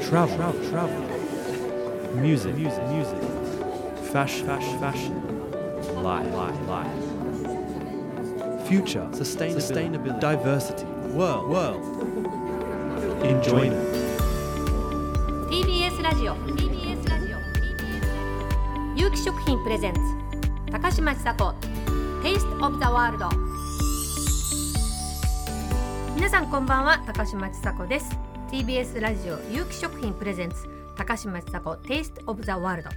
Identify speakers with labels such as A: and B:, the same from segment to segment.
A: travel, travel, travel. Music, music, music. Fashion, fashion, fashion. Life, life, life. Future, sustainability, sustainability. diversity, world, world. Enjoyment,
B: TBS ラジオ TBS ラジオ有機食品プレゼンツ高嶋ちさ子 Taste of the World 皆さんこんばんは高嶋ちさ子です TBS ラジオ有機食品プレゼンツ高嶋ちさ子 Taste of the World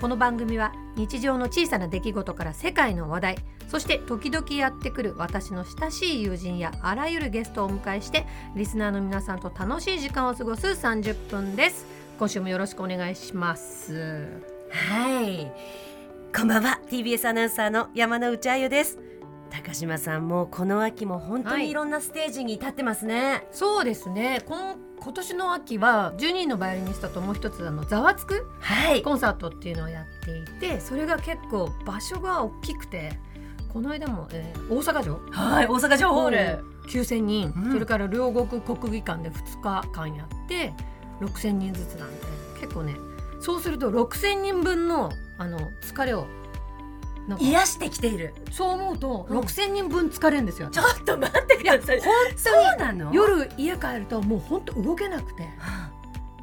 B: この番組は日常の小さな出来事から世界の話題そして時々やってくる私の親しい友人やあらゆるゲストをお迎えしてリスナーの皆さんと楽しい時間を過ごす30分です今週もよろしくお願いします
C: はい。こんばんは。TBS アナウンサーの山之内あゆです。高島さんもうこの秋も本当
B: は
C: に
B: い
C: いろんなステージに立ってますね。
B: そうですねこん今年の秋は12人のバイオリニストともう一つあの「ざわつく
C: はい。
B: コンサートっていうのをやっていてそれが結構場所が大きくてこの間も、えー大阪城
C: はい。大阪城ホール。
B: 9,000人、
C: うん
B: それから両国国技館で2日間やって6,000人ずつなんで結構ねそうすると6,000人分のあの疲れをなんか
C: 癒してきている。
B: そう思うと
C: うん
B: 6,000人分疲れるんですよ。
C: ちょっと待ってください。
B: 本
C: そうなの？
B: 夜家帰るともうほんと動けなくて
C: は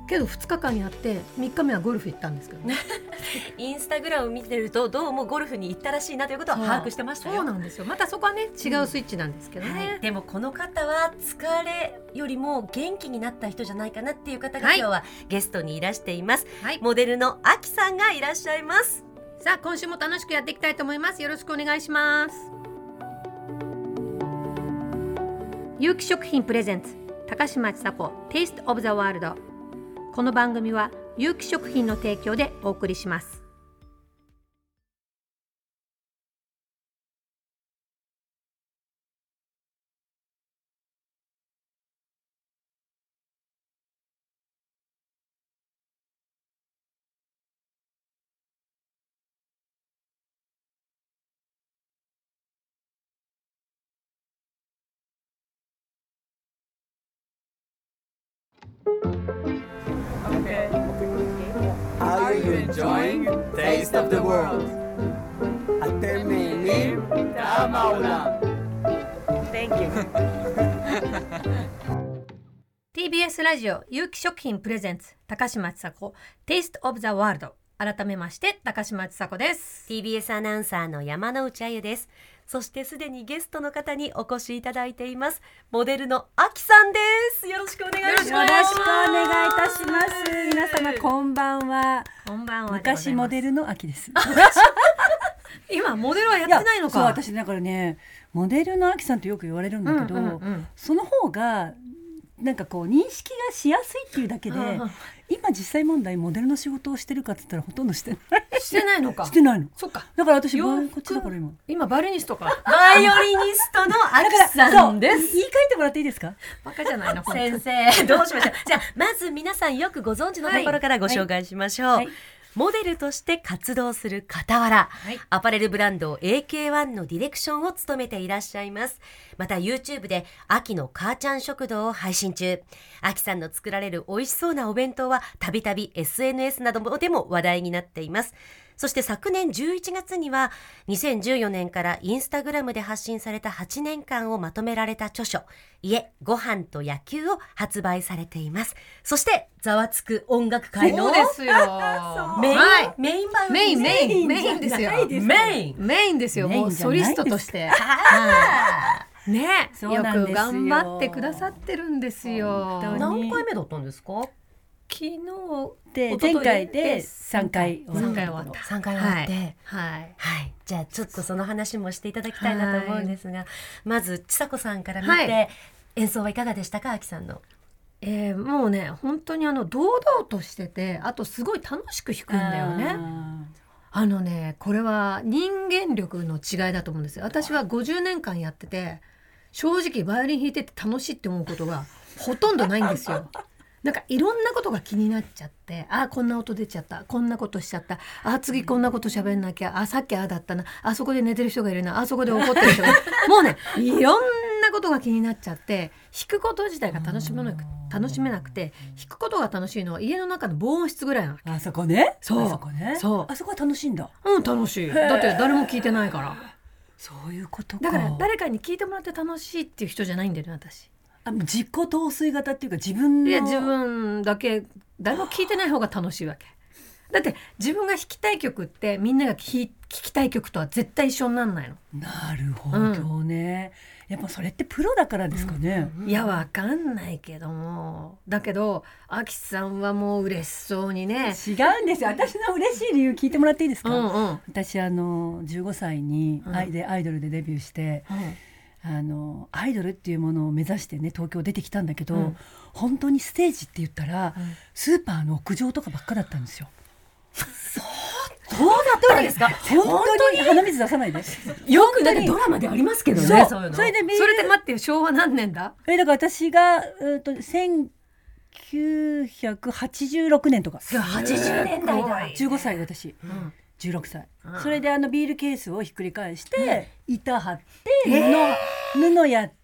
B: けど2日間やって3日目はゴルフ行ったんですけどね
C: あインスタグラム見てるとどうもゴルフに行ったらしいなということは
B: そう
C: 把握してましたよ。
B: そうなんですよまたそこはね違うスイッチなんですけどね、
C: はい、でもこの方は疲れよりも元気になった人じゃないかなっていう方が
B: は
C: 今
B: い
C: 日はゲストにいらしています、
B: はい
C: モデルのあきさんがいらっしゃいます
B: さあ今週も楽しくやっていきたいと思いますよろしくお願いします有機食品プレゼンツ高嶋ちさ子 Taste of the World この番組は有機食品の提供でお送りします
D: Are you enjoying Taste of the World? אתם נהנים טעם העולם.
B: TBS ラジオ有機食品プレゼンツ高嶋ちさ子 Taste of the World 改めまして高嶋ちさ子です
C: TBS アナウンサーの山之内あゆですそしてすでにゲストの方にお越しいただいていますモデルのあきさんですよろしくお願いし
B: よ
E: よ
C: ま
B: ろ
E: ろ
C: す
B: し
E: し
B: くお
E: くお
B: 願
E: 願
B: い
E: い
B: い
E: い
B: た
E: た
B: し
E: し
B: ま
E: ますす。皆様こんばんは。
B: こんばんは
E: 昔モデルの秋です。や
B: 今モデルはやってないのか
E: そう私だからね、モデルの秋さんとよく言われるんだけど、
B: うんうんうん
E: その方がなんかこう認識がしやすいっていうだけで、
B: うんうん
E: 今実際問題モデルの仕事をしてるかって言ったらほとんどしてない。
B: してないのか
E: してないの。
B: そっか
E: だから私
B: 洋
E: こ
B: 服
E: っちだから今。
B: 今バイオリニストか
C: バイオリニストのあ
E: だ
C: き
E: から
C: さんで
E: そう
C: す
E: 言い換えてもらっていいですか。
B: バカじゃないの
C: 先生どうしましょうじゃあまず皆さんよくご存知のところからご紹介しましょう、
E: はい
C: モデルとして活動する傍ら、
B: はい
C: アパレルブランド AK1 のディレクションを務めていらっしゃいますまた YouTube で秋の母ちゃん食堂を配信中秋さんの作られる美味しそうなお弁当はたびたび SNS などでも話題になっていますそして昨年11月には2014年からインスタグラムで発信された8年間をまとめられた著書「家ご飯と野球」を発売されていますそして「ざわつく音楽会」
B: そ
C: の
B: うですよ
C: メイン、
B: はい
C: メイン番組
B: メインメインメ
E: メ
B: イ
E: イ
B: ン
E: ン
B: です
E: じゃ
B: よ
E: ないです
C: メイン
B: メインですよ
E: メイン
B: もう
E: じゃ
B: ソ
E: ない
B: リ
E: です
B: ストとしてはいね
E: そう
B: よ
E: なん
B: く
E: ですよ
B: 頑張ってくださってるんですよ
E: 本当
B: な
E: に
C: 何回目だったんですか
B: 昨日
E: で
C: 一昨日
E: 前回で三回
B: 3回終わった
C: 3回終わ
B: は
C: って、はい
B: いはい
C: じゃあちょっとその話もしていただきたいなと思うんですが、まずちさ子さんから見て、
B: は
C: 演奏はいかがでしたかあきさんの。
B: えーもうね本当にあの堂々としててあとすごい楽しく弾くんだよね
E: ね。
B: あのねこれは人間力の違いだと思うんですよ私は50年間やってて正直バイオリン弾いてて楽しいって思うことがほとんどないんですよ。なんかいろんなことが気になっちゃってあーこんな音出ちゃったこんなことしちゃったあー次こんなこと喋んなきゃあーさっきああだったなあそこで寝てる人がいるなあそこで怒ってる人がいるもうねいろんななことが気になっちゃって弾くこと自体が楽しめなく楽しめなくて弾くことが楽しいのは家の中の防音室ぐらいなの
E: あそこね
B: そう
E: あそこね
B: そう
E: あそこは楽しいんだ
B: うん楽しいだって誰も聞いてないから
E: そういうことか
B: だから誰かに聞いてもらって楽しいっていう人じゃないんだよね私
E: あもう自己陶酔型っていうか自分の
B: いや自分だけ誰も聞いてない方が楽しいわけだって自分が弾きたい曲ってみんなが聴聴きたい曲とは絶対一緒になんないの
E: なるほどね、やっぱそれってプロだからですかね、
B: いやわかんないけどもだけどアキさんはもう嬉しそうにね
E: 違うんですよ私の嬉しい理由聞いてもらっていいです
B: う
E: か、
B: んうん
E: 私あの15歳に
B: うん
E: アイで、アイドルでデビューしてあのアイドルっていうものを目指してね東京出てきたんだけど、
B: うん
E: 本当にステージって言ったら、スーパーの屋上とかばっかだったんですよ。
F: どうだったんですか
E: 本当に鼻水出さないで。
F: よくだってドラマでありますけどね
E: そう
F: いうの
E: それでメール
B: それで待ってよ昭和何年だ
E: えだから私がうーんと1986年とか
F: 80年代だ
E: 15歳で私
B: ん
E: 16歳、
B: うん
E: それであのビールケースをひっくり返して、板張って布,、布やって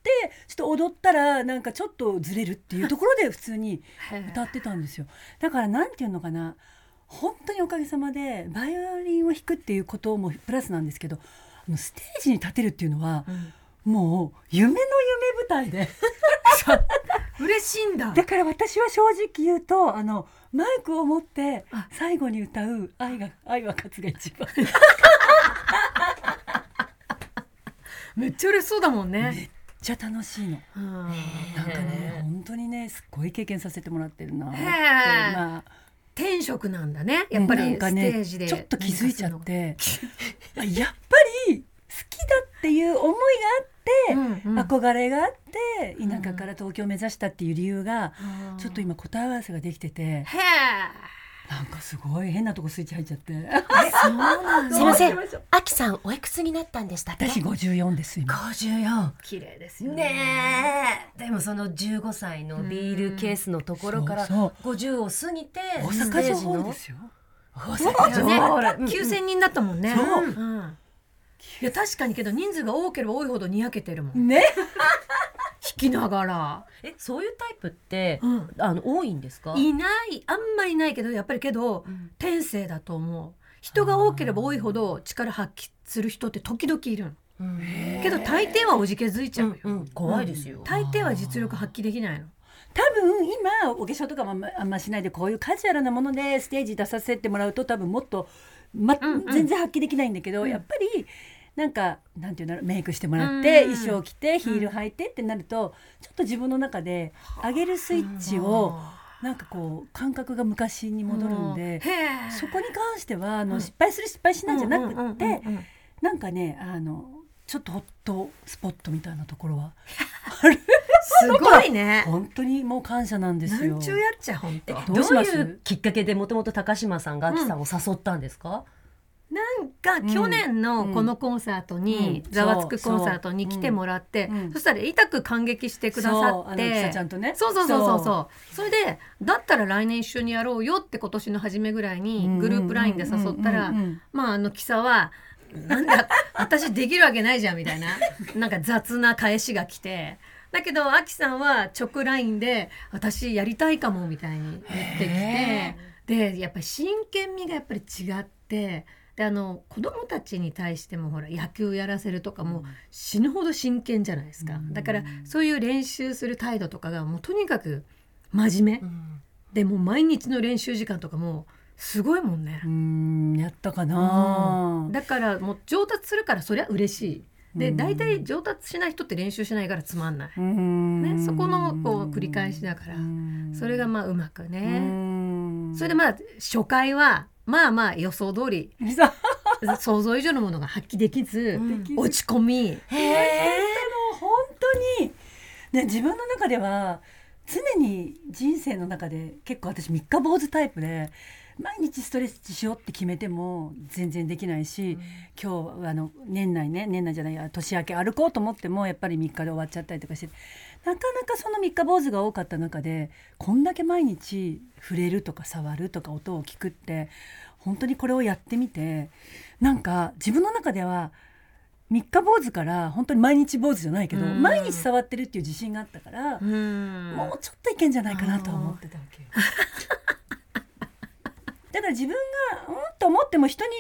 E: ちょっと踊ったらなんかちょっとずれるっていうところで普通に歌ってたんですよだからなんていうのかな本当におかげさまでバイオリンを弾くっていうこともプラスなんですけどあのステージに立てるっていうのは、もう夢の夢舞台で。
B: 嬉しいんだ
E: だから私は正直言うとあのマイクを持って
B: あ
E: 最後に歌う愛が愛は勝つが 一番
B: めっちゃ嬉しそうだもん
E: め
B: ね
E: っちゃ楽しいの。
B: うん
E: なんかね本当にねすっごい経験させてもらってるなって
B: へえ
E: まあ
B: 天職なんだねやっぱり
E: なん
B: ステ
E: かね
B: ージで
E: ちょっと気づいちゃっ
B: 何か
E: てあやっぱり好きだっていう思いが
B: する
E: あ
B: のが
E: って、
B: うんうん
E: 憧れがあって田舎から東京を目指したっていう理由が、
B: うん
E: ちょっと今答え合わせができてて
B: へ
E: なんかすごい変なとこスイッチ入っちゃって
B: えそうなんだ
F: すいませんあきさんおいくつになったんでしたっけ
E: 私54です今。
F: 54
B: 綺麗ですよね
F: ねえでもその15歳のビールケースのところから
E: そう
F: 50を過ぎて
E: 大
F: ス
E: 阪
F: テー
E: 城
F: ジ
E: ホールで
F: の
E: すよ。
F: 大阪
B: だよね9000人だったもんね
E: そうん
B: いや確かにけど人数が多ければ多いほどにやけてるもん
E: ね、
B: 聞きながら、
F: えそういうタイプって
B: うん、
F: あの多いんですか
B: いないあんまいないけどやっぱりけど、
F: ん
B: 天性だと思う人が多ければ多いほど力発揮する人って時々いるの
F: うん
B: けど大抵はおじけづいちゃうよ、
F: うんうん怖いですよ
B: 大抵は実力発揮できないの
E: 多分今お化粧とかもあんまあんましないでこういうカジュアルなものでステージ出させてもらうと多分もっと、ま
B: うんうん
E: 全然発揮できないんだけど、やっぱりなんかなんていうんだろうメイクしてもらって、
B: うん
E: 衣装着てヒール履いてってなるとちょっと自分の中で上げるスイッチをなんかこう感覚が昔に戻るん
B: へえ
E: で。そこに関してはあの
B: うん
E: 失敗する失敗しないじゃなくって、
B: うんうんうんうん
E: なんかねあのちょっとホットスポットみたいなところは
B: すごいね
E: 本当にもう感謝なんです
B: なん
E: よ
B: ちゅうやっちゃほんと
E: ど
F: ど
E: うし
F: う
E: ま
F: い
E: す
F: うきっかけでもともと高島さんがあきさんを誘ったんですか、
B: なんか去年のこのコンサートに「
E: うん
B: ざわつくコンサート」に来てもらって、
E: うんうん
B: そしたら痛く感激してくださ
E: そうあ
B: っ
E: の記
B: て
E: 者ちゃんとね
B: そうそうそうそうそうそれでだったら来年一緒にやろうよって今年の初めぐらいにグループ LINE で誘ったら
E: うんうんうんうん
B: まああのキサは「なんだ私できるわけないじゃん」みたいななんか雑な返しが来て。だけどアキさんは直 LINE で「私やりたいかも」みたいに言ってきてでやっぱり真剣味がやっぱり違ってであの子供たちに対してもほら野球やらせるとかもう死ぬほど真剣じゃないですか、だからそういう練習する態度とかがもうとにかく真面目、でもう毎日の練習時間とかもすごいもんね、
E: うーんやったかな、
B: だからもう上達するからそりゃ嬉しいで大体上達しない人って練習しないからつまんない、
E: うーん
B: ね、そこのこう繰り返しだからそれがまあうまく
E: うー
B: ね
E: ん
B: それでまあ初回はまあまあ予想通り
E: そう
B: 想像以上のものが発揮できず
F: ん
E: できず
B: 落ち込み
E: への本当にね自分の中では常に人生の中で結構私三日坊主タイプで毎日ストレッチしようって決めても全然できないし、今日あの年内ね年内じゃないや年明け歩こうと思ってもやっぱり3日で終わっちゃったりとかしてなかなかその三日坊主が多かった中でこんだけ毎日触れるとか触るとか音を聞くって本当にこれをやってみてなんか自分の中では三日坊主から本当に毎日坊主じゃないけど、
B: うん
E: 毎日触ってるっていう自信があったから、
B: うん
E: もうちょっといけんじゃないかなとは思ってたわけよ。 だから自分がうんと思っても人に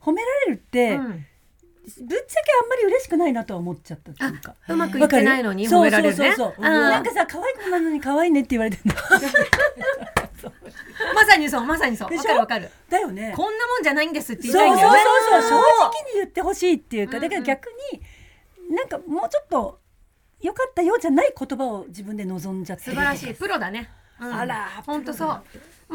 E: 褒められるって、ぶっ
B: ん
E: ちゃけあんまり嬉しくないなとは思っちゃったっていうか。
B: うまくいってないのに褒められるね
E: そうそうそうそう
B: あ
E: なん
B: ー
E: かさ可愛い子なのに可愛いねって言われてるんだ
B: まさにそうまさにそう
E: でし
B: わ
E: ょ
B: かるわかる
E: だよね
B: こんなもんじゃないんですって
E: そう
B: 言いたい
E: そ
B: んだ
E: うそ
B: よねん
E: うそう正直に言ってほしいっていうかだから逆になんかもうちょっと良かったよじゃない言葉を自分で望んじゃって
B: 素
E: る
B: 晴らしいプロだね、うん
E: あら
B: 本当そう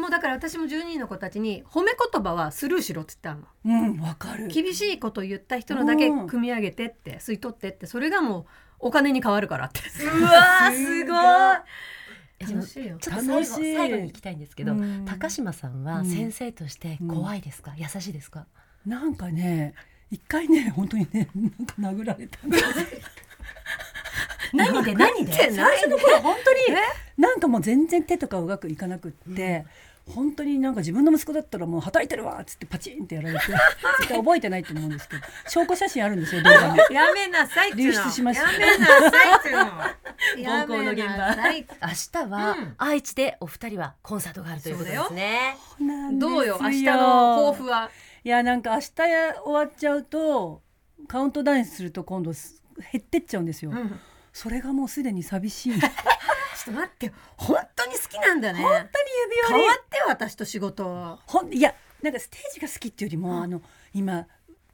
B: もうだから私も12人の子たちに褒め言葉はスルーしろって言ったの
E: うんわかる
B: 厳しいこと言った人のだけ
E: うん
B: 組み上げてって吸い取ってってそれがもうお金に変わるからって
F: うわーすごい
B: 楽しいよ
C: ちょっと最後
E: 楽しい
C: 最後に行きたいんですけど、
E: うん
C: 高島さんは先生として怖いですか、優しいですか、
E: なんかね一回ね本当にねなんか殴られた
C: 何で何で
E: 最初の頃本当になんかもう全然手とかうまくいかなくって、本当になんか自分の息子だったらもう働いてるわっつってパチンってやられて絶対覚えてないと思うんですけど証拠写真あるんですよ動画に。
B: やめなさいっていうの
E: 流出しました
B: やめなさいっていうの
C: 暴行の現場
B: やめなさい
C: 明日は
B: うん
C: 愛知でお二人はコンサートがあるということですね。
E: なんです
B: どうよ明日の抱負はい
E: やなんか明日や終わっちゃうとカウントダウンすると今度す減ってっちゃうんですよ、
B: うん
E: それがもうすでに寂しい本
B: ちょっと待って本当に好きなんだね変
E: 当に指
B: わ
E: 輪に
B: ってよ私と仕事を
E: ほんいやなんかステージが好きっていうよりも、あの今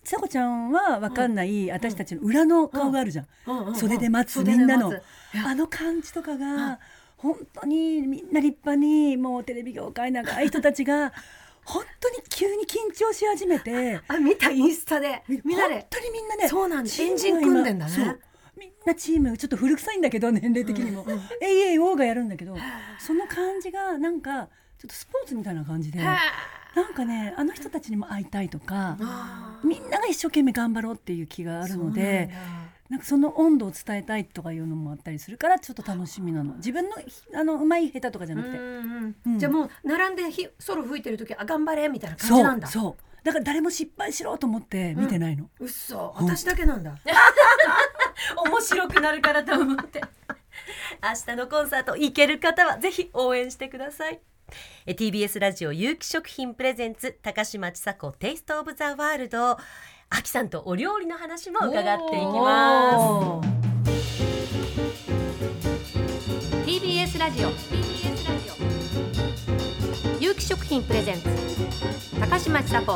E: ちさ子ちゃんは分かんない、私たちの裏の顔があるじゃん、袖で待つ
B: 袖で
E: みんなの
B: 待ついや
E: あの感じとかが本当にみんな立派にもうテレビ業界長い人たちが 本当に急に緊張し始めて
B: あ見たインスタで みんな
E: 本
B: で
E: 当にみんなね
B: そうなんだ
E: チームが
B: 新人組んでんだね
E: そうみんなチームちょっと古臭いんだけど年齢的にも AAO がやるんだけどその感じがなんかちょっとスポーツみたいな感じでな
B: あ
E: んかねあの人たちにも会いたいとか
B: あ
E: みんなが一生懸命頑張ろうっていう気がある
B: そうなん
E: ので
B: だ
E: なんかその温度を伝えたいとかいうのもあったりするからちょっと楽しみなの自分のあのうまい下手とかじゃなくて
B: うん
E: う
B: うんん、じゃあもう並んでひソロ吹いてる時あ頑張れみたいな感じ
E: そ
B: なん
E: う
B: だ
E: そうだから誰も失敗しろと思って見てないの、
B: うっそ私だけなんだ
C: 面白くなるからと思 って。明日のコンサート行ける方はぜひ応援してください。え TBS ラジオ有機食品プレゼンツ高島千佐子テイストオブザワールド。あきさんとお料理の話も伺っていきます。
B: TBS ラジオ TBS ラジオ有機食品プレゼンツ高嶋ちさ子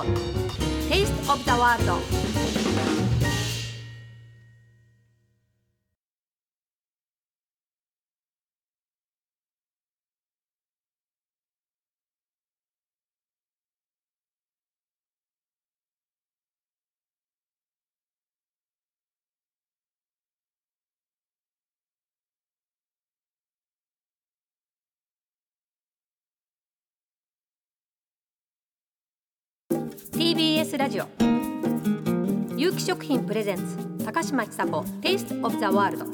B: Taste of the World TBS ラジオ有機食品プレゼンツ高嶋ちさ子 Taste of the World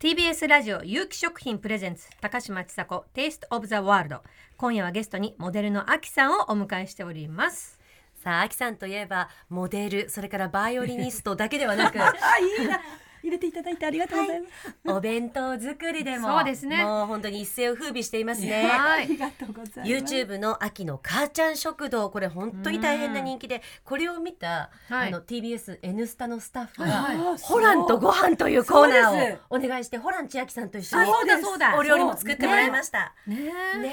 B: TBS ラジオ有機食品プレゼンツ高嶋ちさ子 Taste of the World 今夜はゲストにモデルのあきさんをお迎えしております
C: さあ、あきさんといえばモデル、それからバイオリニストだけではな く。
E: あいいな入れていただいてありがとうございます、
C: お弁当作りでも
B: そうですね
C: もう本当に一世を風靡していますね。
B: は
E: ありがとうございます
C: YouTube の秋の母ちゃん食堂これ本当に大変な人気でこれを見た、
B: はい
C: あの TBS「N スタ」のスタッフが、
B: はい
C: ホランとご飯というコーナ
E: そうで
C: ー
E: す
C: をお願いしてホラン千秋さんと一緒に
E: あそうだそうだ
C: お料理も作ってもらいました。
B: ねえ
C: ね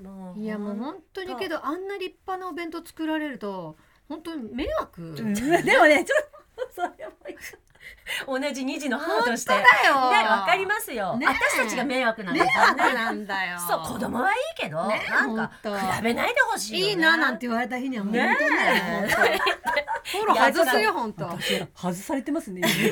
C: えもう
B: いやもう本当にけどあんな立派なお弁当作られると本当に迷惑
E: うんでもねちょっとそれも
C: 同じ2児の母として
B: 本当だよ
C: ねわかりますよ、
B: ねえ
C: 私たちが迷惑なんです
B: 迷
C: よ
B: 惑
C: ね
B: なんだよ
C: そう子供はいいけど、
B: ねえ
C: なんか
B: 本当
C: 比べないでほしいよ、ね、
B: いいななんて言われた日にはもう本当ね
C: ね
B: フォロー外すよ本当
E: 私は外されてますね
C: 違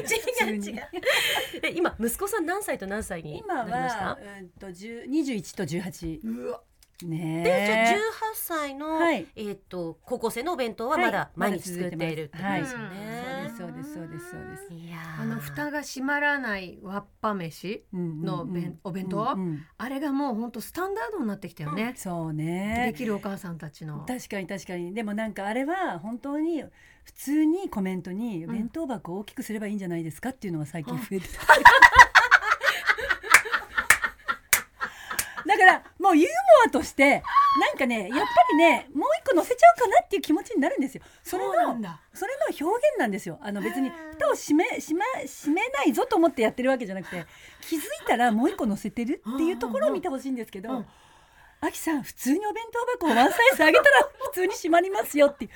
C: う違う え今息子さん何歳と何歳にな
E: 今
C: りました
E: はうんと10 21と18
B: うわ
E: ね
C: でじゃあ18
E: え
C: 歳の、
E: はい
C: えーっと高校生のお弁当はま
E: は
C: だ
E: い
C: 毎日作っているってこと
E: ま
C: で
E: だ
C: す
E: 続
C: よ
E: いてます
C: ね。
E: そうですそうですそうです。
C: いや
B: あの蓋が閉まらないわっぱ飯のべんお弁当、
E: うんうん
B: あれがもう本当スタンダードになってきたよね、
E: そう
B: で
E: ね。
B: きるお母さんたちの
E: 確かに確かにでもなんかあれは本当に普通にコメントに
B: ん
E: 弁当箱を大きくすればいいんじゃないですかっていうのが最近増えてた。 だからもうユーモアとしてなんかねやっぱりねもう一個乗せちゃおうかなっていう気持ちになるんですよ。それの
B: そうなんだ
E: それの表現なんですよ。あの別に蓋を閉め閉め閉めないぞと思ってやってるわけじゃなくて気づいたらもう一個乗せてるっていうところを見てほしいんですけど。
B: うん
E: あきさん普通にお弁当箱をワンサイズ上げたら 普通に閉まりますよってい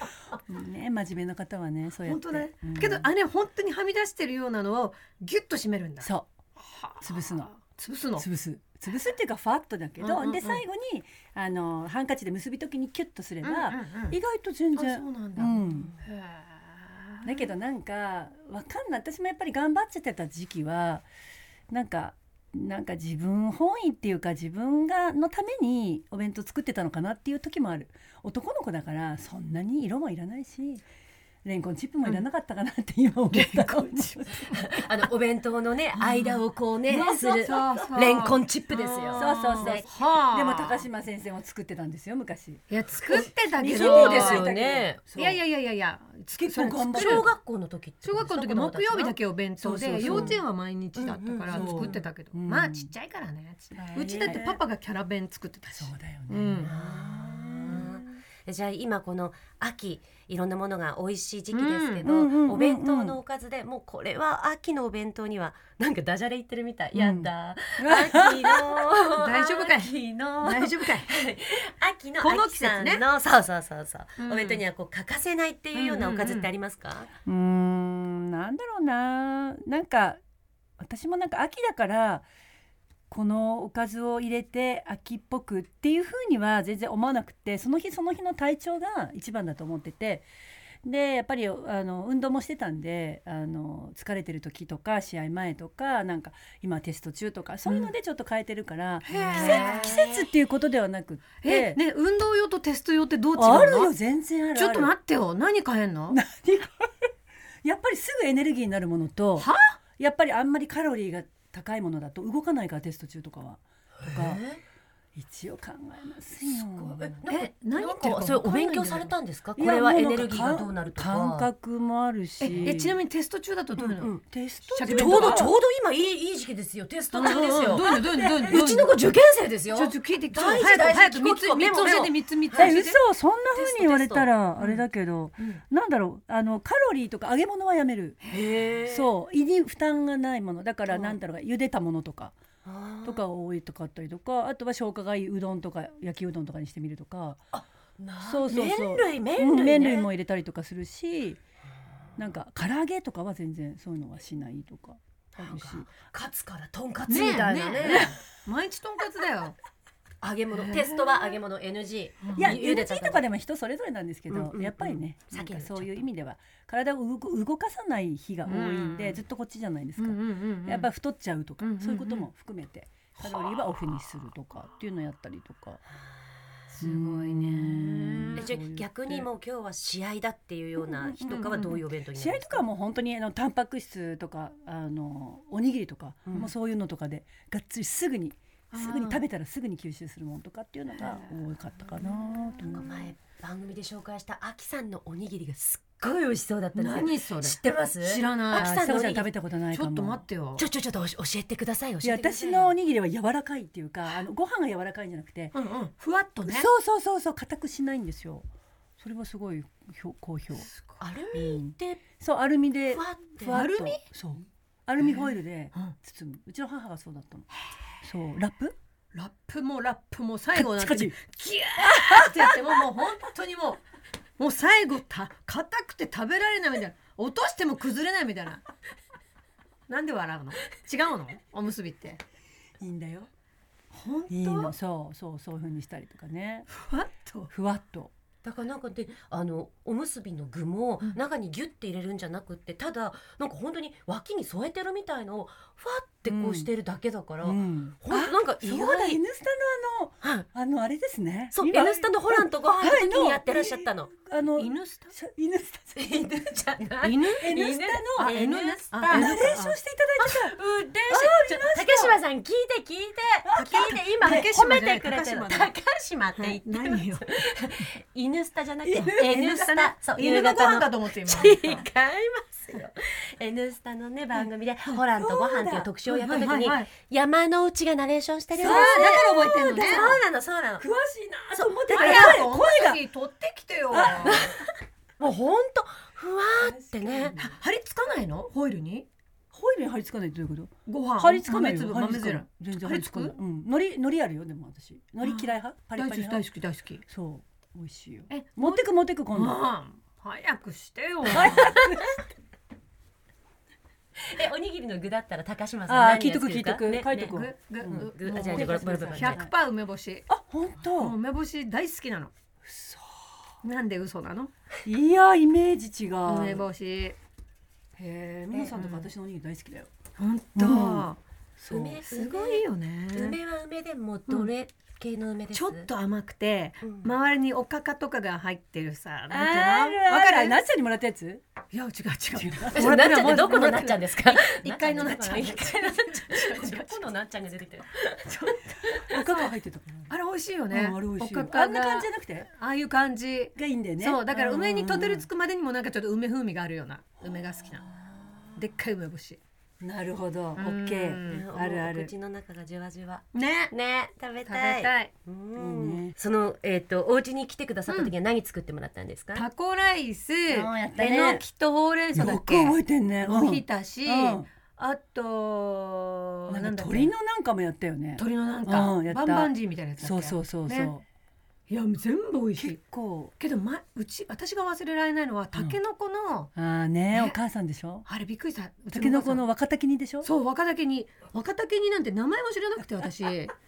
E: うね真面目な方はねそうやっ
B: 本
E: て
B: 当ね、
E: うん
B: けどあれ本当にはみ出してるようなのをギュッと締めるんだ
E: そう
B: はあ
E: 潰すの
B: 潰すの
E: 潰す潰すっていうかファッとだけど、
B: うんうんうん
E: で最後にあのハンカチで結び時にキュッとすれば、
B: うんうんうん
E: 意外と全
B: あ
E: 然
B: そうなんだ、
E: うん
B: へえ
E: だけどなんかわかんない私もやっぱり頑張っちゃってた時期はなんかなんか自分本位っていうか自分がのためにお弁当作ってたのかなっていう時もある男の子だからそんなに色もいらないしレンコンチップもいらなかったかなって今思ったかもしれない
C: あのお弁当のね間をこうね
B: そう
C: す
B: そう
C: る
B: そうそう
C: レンコンチップですよ
E: そうそうそう
C: ね
B: はあ
E: でも高島先生も作ってたんですよ昔
B: いや作ってたけど
C: そうですよね
E: そう
B: いやいやいやいやいやつ
E: 結構頑張って
B: そ
C: 小
B: れ作る
C: 学校の時って
B: 小学校の時木曜日だけお弁当
E: そうそう
B: で
E: そう
B: 幼稚園は毎日だったから
E: うんうんそう
B: 作ってたけど
E: うん
B: まあちっちゃいからねうちだってパパがキャラ弁作ってたし
E: そうだよね、
B: うん
C: じゃあ今この秋いろんなものが美味しい時期ですけど、
E: うんうんうんうんうん
C: お弁当のおかずでもうこれは秋のお弁当にはなんかダジャレ言ってるみたい、
E: うん
C: やだ秋の
B: 大丈夫かい
C: 秋 の
B: 大丈夫かい
C: 秋の
B: この季
C: 秋さ
B: 節
C: ん
B: ね
C: のそうそうそうそう、
B: うん
C: お弁当にはこう欠かせないっていうようなおかずってありますか、
E: うーんなんだろうななんか私もなんか秋だからこのおかずを入れて秋っぽくっていう風には全然思わなくてその日その日の体調が一番だと思っててでやっぱりあの運動もしてたんであの疲れてる時とか試合前とかなんか今テスト中とかそういうのでちょっと変えてるから、季節季節っていうことではなくっ
B: え
E: て、
B: ね運動用とテスト用ってどう違うの
E: あるよ全然あるある
B: ちょっと待ってよ何変えんの
E: やっぱりすぐエネルギーになるものと
B: は
E: やっぱりあんまりカロリーが高いものだと動かないからテスト中とかはとか一応考えますよ
B: え何言ってる
C: なん
B: か
C: かそれ
B: 分
C: お
B: かんない
C: 勉
B: んだけど
C: 強されたんですか
E: い
C: こ
E: や
C: れは
E: も
C: エ
E: うな
C: ネ
E: ん
C: ルギーがどうなるとか
E: 感覚もあるし
B: ええちなみにテスト中だとどういうの、
E: うんテスト
B: 鮭
E: 中
B: 弁
C: ち
B: 当
C: ょうどちょうど今いいいい時期ですよテスト中ですよ、
B: どういうのどういうのどういう
C: う
B: の
C: ちの子受験生ですよ
B: ちょっと聞いてちょっと
C: 大事
B: 早く
C: 大事
B: 早く
C: 聞
B: 三
C: く
B: つ
C: 聞く
B: 三つ教え
C: メ
B: て
C: モ
B: 三つ三つ教
E: え
B: えて
E: 嘘そんな風に言われたらあれだけど、
B: うん
E: なんだろうあのカロリーとか揚げ物はやめるそう胃に負担がないものだからなんだろう茹でたものとかとか多いとかあったりとかあとは消化がいいうどんとか焼きうどんとかにしてみるとかそうそうそう
C: 麺類麺類、
E: う
C: ね
E: ん麺類も入れたりとかするしなんか唐揚げとかは全然そういうのはしないとかあるし
C: カツからとんかつみ
B: ねえ
C: たいなね
B: ねえ毎日とんかつだよ
C: 揚げ物テストは揚げ物 NG
E: いや
C: ゆゆで
E: NG
C: た
E: とかでも人それぞれなんですけど、
C: うんうんうん
E: やっぱりねなん
C: 先
E: か
C: に
E: そういう意味では体を動く動かさない日が多いんで、
B: うん
E: ずっとこっちじゃないです
B: うん
E: か、
B: うんうんうん
E: やっぱ太っちゃうとか、
B: うんうんうん
E: そういうことも含めてカロリーはオフにするとかっていうのをやったりとか
B: すごいね
C: えじゃあ逆にもう今日は試合だっていうような日とかはどういうお弁当にな
E: 試
C: るん
E: 合
C: です
E: と
C: か
E: かはもう本当にあのタンパク質とかあのおにぎりとか、もうそういうのとかでがっつりすぐに
B: あー
E: すぐに食べたらすぐに吸収するものとかっていうのが多かったかなと思う
C: 前番組で紹介したあきさんのおにぎりがすっごい美味しそうだったんですよ
B: 何それ
C: 知ってます
B: 知らない
C: あき
E: あ
C: さん
E: ち
C: のお
E: さん
C: にぎ
E: 食
C: り
E: べたことない
B: ち
E: かも
B: ょっと待ってよ
C: ちょちょちょっと教えてください教え
E: いや
C: てくださ
E: 私
C: い
E: のおにぎりは柔らかいっていうかあのご飯が柔らかいんじゃなくて、
B: うんうんふわっとね
E: そうそうそうそう硬くしないんですよそれはすごい評好評
C: アルミって
E: そうアルミで
C: ふわって
E: ふわっと
B: アルミ
E: そうアルミホイルで
B: うん
E: 包む、うちの母がそうだったのそうラップ
B: ラップもラップも最後なんて
E: カチ
B: ギュ
E: カ
B: ーってやってももう本当にもうもう最後た硬くて食べられないみたいな落としても崩れないみたいななんで笑うの違うのおむすびって
E: いいんだよ
B: 本
E: いい
B: 当
E: のそうそうそういう風にしたりとかね
B: ふわっと
E: ふわっと
C: だからなんかであのおむすびの具も中にギュッて入れるんじゃなくってただなんか本当に脇に添えてるみたいのをふわってこうしてるだけだから、
E: うん
C: ほんとなんか意
E: そう
C: 外
E: だ N スタ
C: は
E: の
C: い
E: あのあのあれですね
C: そう「
E: 今
C: N スタ」のホランとご飯の時にやってらっしゃったの。
E: ああの
B: 犬スタ
E: しゃ犬スタジ
C: 犬じゃない。
B: 犬
E: N スタ
B: あ
E: の
B: N
C: ね
B: ス
E: あ
B: タ
E: ナレーションしていただいてた
C: うでしょ竹島さん聞いて聞いて聞いて今
B: 竹
C: 褒
B: 島
C: め
B: じゃな
C: て
B: い
C: くれてる
B: 高島だ
C: 高島って言ってま
B: 何
C: す
B: よ。
C: 犬スタじゃなくて
E: 犬
C: N スタそう
B: 犬
C: 夕
B: のご
C: 方
B: 飯
C: の
B: かと思って今。
C: 違います よ N スタのね番組でホランとご飯っていう特集をやった時
B: はいはい
C: に
B: はいはい
C: 山の内がナレーションしてるんです
B: あーだから覚えてんのね
C: そうなのそうなの
E: 詳しいなと思ってた
C: そう
E: ら
C: 早
E: 声が
B: 声が取ってきてよ。
C: もうほんとふわーってね
B: 貼り付かないの？ホイルに？
E: ホイルに貼り付かないどういうこと
B: ご飯。
E: 張り付かないよ
B: 豆粒豆
E: 張り付か
B: 汁
E: ない。全然
B: 張
E: 張
B: り
E: り
B: 付
E: 付
B: く
E: かないうん海苔海苔あるよでも私海苔嫌い派パリ
B: 大
E: パ
B: 好
E: リ
B: き大
E: 派
B: 好き大好き。
E: そう美味しいよ
B: え
E: 持ってく持ってく今度
B: うん早くしてよ。
C: えおにぎりの具だったら高島さん
E: ああ
C: 何
E: 聞いとく
C: が好き
E: 聞い
C: で
E: と
C: すか
E: く
C: ね
E: 書いとく
B: ぐ
E: わ
B: ぐ
E: うん
B: ぐ
C: ぐあじゃあ
B: もう
C: じゃあこれこれこれ
B: 100パー梅干し。
E: あ本
B: もう
E: 当
B: 梅干し大好きなの。嘘。なんで嘘なの？
E: いやイメージ違う
B: 梅
E: へ
B: 干し。
E: え皆さんとか私のおにぎり大好きだよ
B: 本
E: うん
B: 当。
E: そう
C: 梅
B: すごいよね。
C: 梅は梅でもどれ系の梅です
B: ちょっと甘くて、
C: うん
B: 周りにおかかとかが入ってるさ。
E: あ
B: なんていうの
E: わ
B: わか
E: か
B: る
E: るなっちゃんにもらったやつ
B: いや違う違 う。
C: えそれなっちゃんってどこのなっちゃんですか
B: 一階のなっちゃん
C: 一階のなっちゃんどこのなっちゃんが出てきてる
E: おかか入ってたか
B: あれ美味しいよ
E: ら
B: ね。
E: うんあれ美味しいよ
B: おかか
E: あんな感
B: が
E: じじゃなくて
B: ああいう感じ。
E: がいいんだよね
B: そうだから梅にとてりつ
E: く
B: くまでにもなんかちょっと梅風味があるような梅が好きなでっかい梅干し
E: なるほどオ
B: ん
E: ッケ
B: うん
E: ーあるある
C: 口の中がじわじわ
B: ね
C: ね食べ
B: 食べたい
C: うん
E: いいね
C: そのえっ、とお家に来てくださった時は何作ってもらったんですか、
B: タコライスえ
E: ーやったね
B: のきとほうれん草だ
E: よ
B: っ
E: く
B: け
E: 覚えてんねうん
B: おひたし
E: うん
B: あと
E: な
B: なん
E: ん
B: だ
E: か
B: っけ
E: 鳥のなんかもやったよね
B: 鳥のなん
E: うん
B: か
E: やっ
B: バ
E: た
B: ンバンジーみたいなやつだっけ
E: そうそうそうそう
B: ねいや全部美味しい
E: 結構
B: けど前うち私が忘れられないのはタケノコの
E: ああね
B: ね
E: お母さんでしょ
B: あれびっくりしたうち
E: たけ
B: お
E: の
B: 母さ
E: こ
B: ん
E: の若竹にでしょ
B: そう若竹に若竹になんて名前も知らなくて私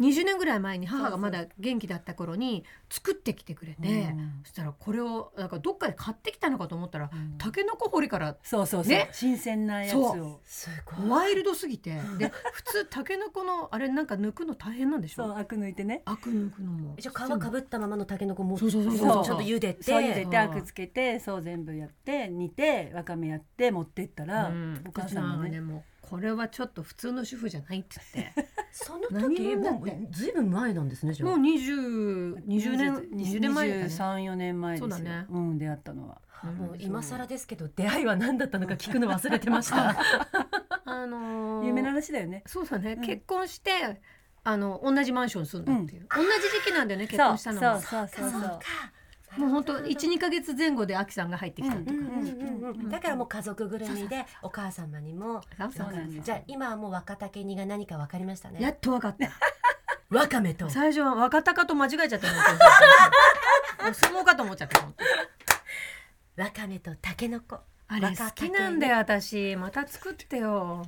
B: 20年ぐらい前に母がまだ元気だった頃に作ってきてくれて
E: うん
B: そしたらこれをなんかどっかで買ってきたのかと思ったら
E: ん
B: たけのこ掘りから
E: そうそうそう、
B: ね
E: 新鮮なやつ
B: そ
E: を
C: すごい
B: ワイルドすぎてで普通たけのこのあれなんか抜くの大変なんでし
E: そう
B: ょ
E: アク抜いてね
B: アク抜くのも
C: じゃあ皮かぶったままのタケノコも
B: そうそうそう
E: そう
C: ちょっと茹でて
E: そう茹で
B: う
E: て
B: ん
E: アクつけてそう全部やって煮てわかめやって持ってったら、
B: うん
E: お母さん
B: うちの母
E: が
B: が
E: ね
B: ねもうこれはちょっと普通の主婦じゃないって言って
C: その
B: 何
C: 時
B: 言うんだって
C: もうずいぶん前なんですねじゃあ
B: もう2020年20年前だよね
E: 34年前ですよ
B: そうだね
E: うん出会ったのは
C: もう今更ですけど出会いは何だったのか聞くの忘れてました
B: あのー
E: 有名な話だよね
B: そうだね、
E: うん
B: 結婚してあの同じマンション住んだっていう、同じ時期なんだよね結
E: そう
B: 婚し
E: そ
B: た
E: う
B: の
E: そう
B: も
E: そうそう
B: もう本当一二ヶ月前後でアキさんが入ってきたとか、
E: うんうん
C: だからもう家族ぐるみでお母様にも
B: そうそう
E: なんです
C: じゃあ今はもう若竹煮が何か分かりました
B: や
C: ね
B: っとわかった
C: わかめと
B: 最初は若鷹と間違えちゃったのお相撲かと思っちゃったの
C: わかめとタケノコ
B: あれ好きなんだよ私また作ってよ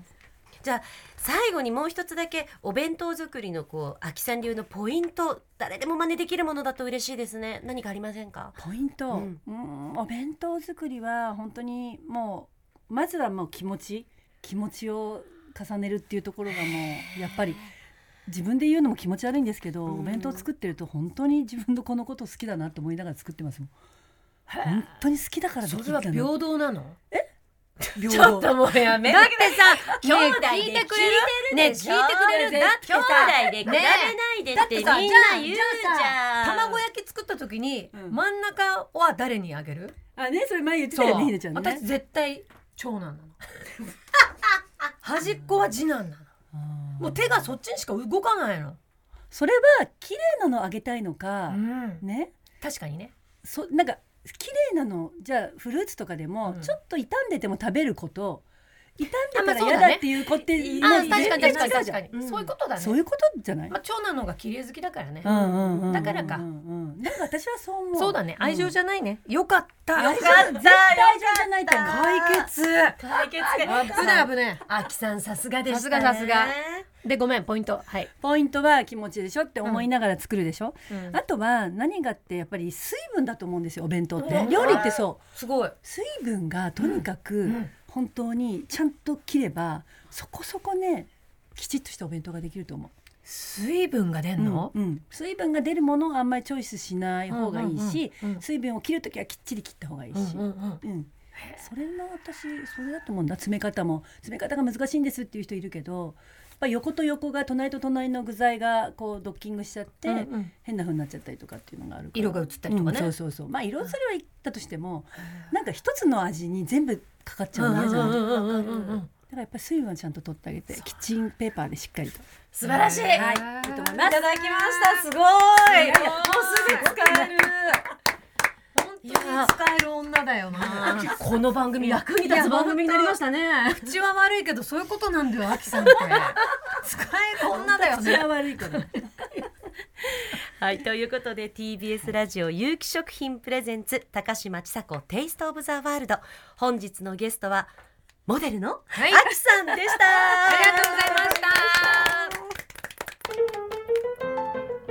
C: じゃあ最後にもう一つだけお弁当作りのこう秋さん流のポイント誰でも真似できるものだと嬉しいですね何かありませんか
E: ポイント、
C: う
E: うんん、お弁当作りは本当にもうまずはもう気持ち気持ちを重ねるっていうところがもうやっぱり自分で言うのも気持ち悪いんですけど、
C: うん
E: お弁当作ってると本当に自分のこのこと好きだなと思いながら作ってますもん本当に好きだからできるかな
B: 等なの
E: 平
C: ちょっともうやめ
B: だって
C: さ
B: ねえ聞いてくれる
C: ね聞いてくれるで
B: ねえ
C: しょ
B: だってさ
C: 兄弟で比べないで
B: だ
C: っ
B: って
C: みん
B: さ
C: な
B: じゃあ
C: 言う
B: じ
C: じ
B: ゃ
C: ゃ
B: あ
C: ん
B: さ卵焼き作った時に、
E: うん
B: 真ん中は誰にあげる
E: あねそれ前言ってたよねひなちゃんね
B: 私絶対長男なの端っこは次男なの
E: あー
B: もう手がそっちにしか動かないの、
E: それは綺麗なのあげたいのか、ね
B: 確かにね
E: そなんか綺麗なのじゃあフルーツとかでも、
B: うん
E: ちょっと傷んでても食べること傷んでた
B: あまあ
E: ら
B: そうだ
E: 嫌
B: ね
E: だっていう子ってい
B: あ
E: ない
B: 確かに確かに
E: 全然違う
B: 確
E: じゃん
B: かに、
C: うん
B: そういうことだね
E: そういうことじゃない、
B: まあ、長男の方が綺麗好きだからね、
E: うんうんうんうん
B: だからか
E: うんうんなんか私はそう思う
B: そうだね愛情
E: ゃ、
B: じゃないね、よかった
E: 愛情じゃ絶対愛情じゃないと思う
B: 解決
C: 解決
B: 危ない危ない
C: あきさんさすがでしたね
B: さすがさでごめんポイントはい、
E: ポイントは気持ちでしょって思いながら作るでしょ、
B: うん
E: あとは何がってやっぱり水分だと思うんですよお弁当って、
B: うん
E: 料理ってそう
B: すごい
E: 水分がとにかく本当にちゃんと切ればそこそこねきちっとしたお弁当ができると思う
B: 水分が出んの、
E: うんうん水分が出るものはあんまりチョイスしない方がいいし、
B: うんうんうんうん
E: 水分を切るときはきっちり切った方がいいし、
B: うんうん
E: うんそれも私それだと思うんだ詰め方も詰め方が難しいんですっていう人いるけどやっぱ横と横が隣と隣の具材がこうドッキングしちゃって、
B: うんうん
E: 変な風になっちゃったりとかっていうのがあるから
B: 色が映ったりとかね
E: うんそうそうそうまあ色それはいったとしても、なんか一つの味に全部かかっちゃうのあるじゃない、だ
B: うんうんうんうんうん
E: からやっぱり水分はちゃんと取ってあげてキッチンペーパーでしっかりと
C: 素晴らしい、、
B: はいい
C: ただきましたすごい
B: い
C: もうすぐ使える
B: 本当に使える女だよな
C: この番組役に立つ番組になりましたね
B: 口は悪いけどそういうことなんだよアキさんって使える女だよ
E: それは
B: ね
E: 悪いから
C: はい、ということで TBS ラジオ有機食品プレゼンツ高嶋ちさ子テイストオブザワールド本日のゲストはモデルの
B: はい
C: あきさんでした
B: ありがとう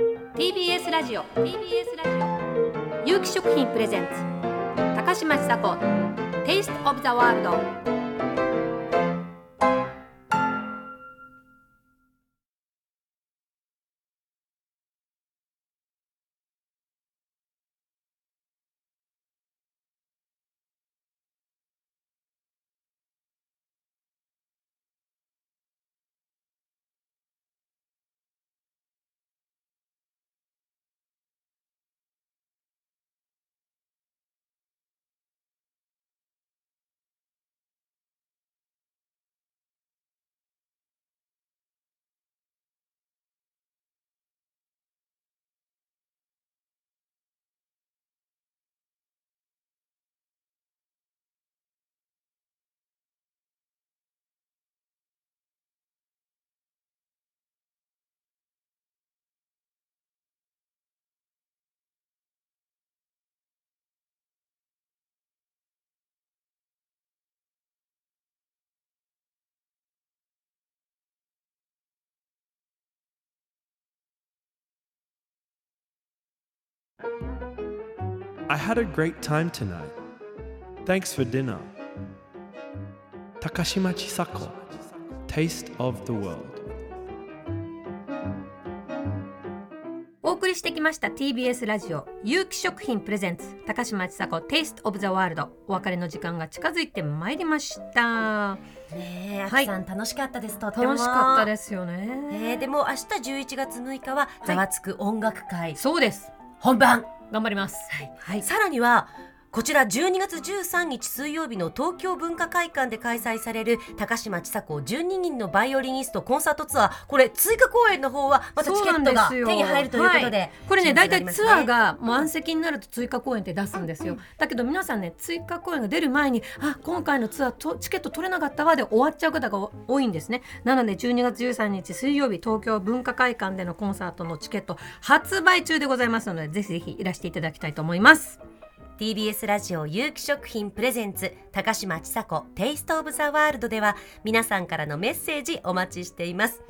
B: ございました TBS ラジオ TBS ラジオ有機食品プレゼンツ高嶋ちさ子 Taste of the World
A: I had a great time tonight. Thanks for dinner. Takashima Chisako, Taste of the World.
B: お送りしてきました TBS ラジオ有機食品プレゼンツ高嶋ちさ子 Taste of the World お別れの時間が近づいてまいりました
C: ねえ、あ
B: はい
C: きさん楽しかったですとっても
B: 楽しかったですすよね
C: ねえ、でも明日11月6日はざわつく音楽会
B: そうです
C: 本番、
B: 頑張りますはい
C: さらにはこちら12月13日水曜日の東京文化会館で開催される高嶋ちさ子12人のバイオリニストコンサートツアーこれ追加公演の方はまたチケットが手に入るということで
B: はこれね
C: チャ
B: 大
C: ンスがあります
B: 体ツアーがもう満席になると追加公演って出すんですよ、だけど皆さんね追加公演が出る前にあ今回のツアーとチケット取れなかったわで終わっちゃう方がお多いんですねなので12月13日水曜日東京文化会館でのコンサートのチケット発売中でございますのでぜひぜひいらしていただきたいと思います
C: TBS ラジオ有機食品プレゼンツ高嶋ちさ子テイストオブザワールドでは皆さんからのメッセージお待ちしています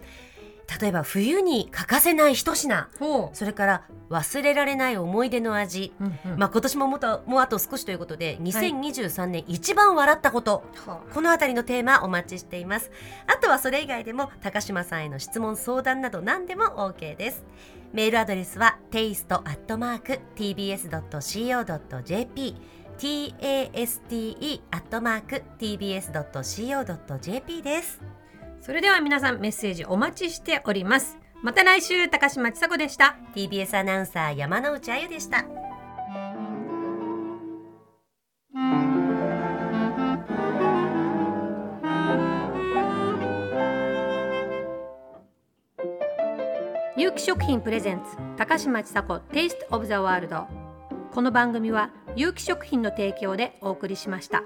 C: 例えば冬に欠かせない一品
B: ほ
C: それから忘れられない思い出の味、
B: う、うんうん
C: まあ今年ももともうあと少しということで2023年一番笑ったこと、
B: は
C: このあたりのテーマお待ちしていますあとはそれ以外でも高島さんへの質問相談など何でも OK ですメールアドレスは taste.tbs.co.jp taste.tbs.co.jp です
B: それでは皆さんメッセージお待ちしておりますまた来週高嶋ちさ子でした
C: TBS アナウンサー山之内あゆでした
B: 有機食品プレゼンツ高嶋ちさ子 Taste of the World この番組は有機食品の提供でお送りしました。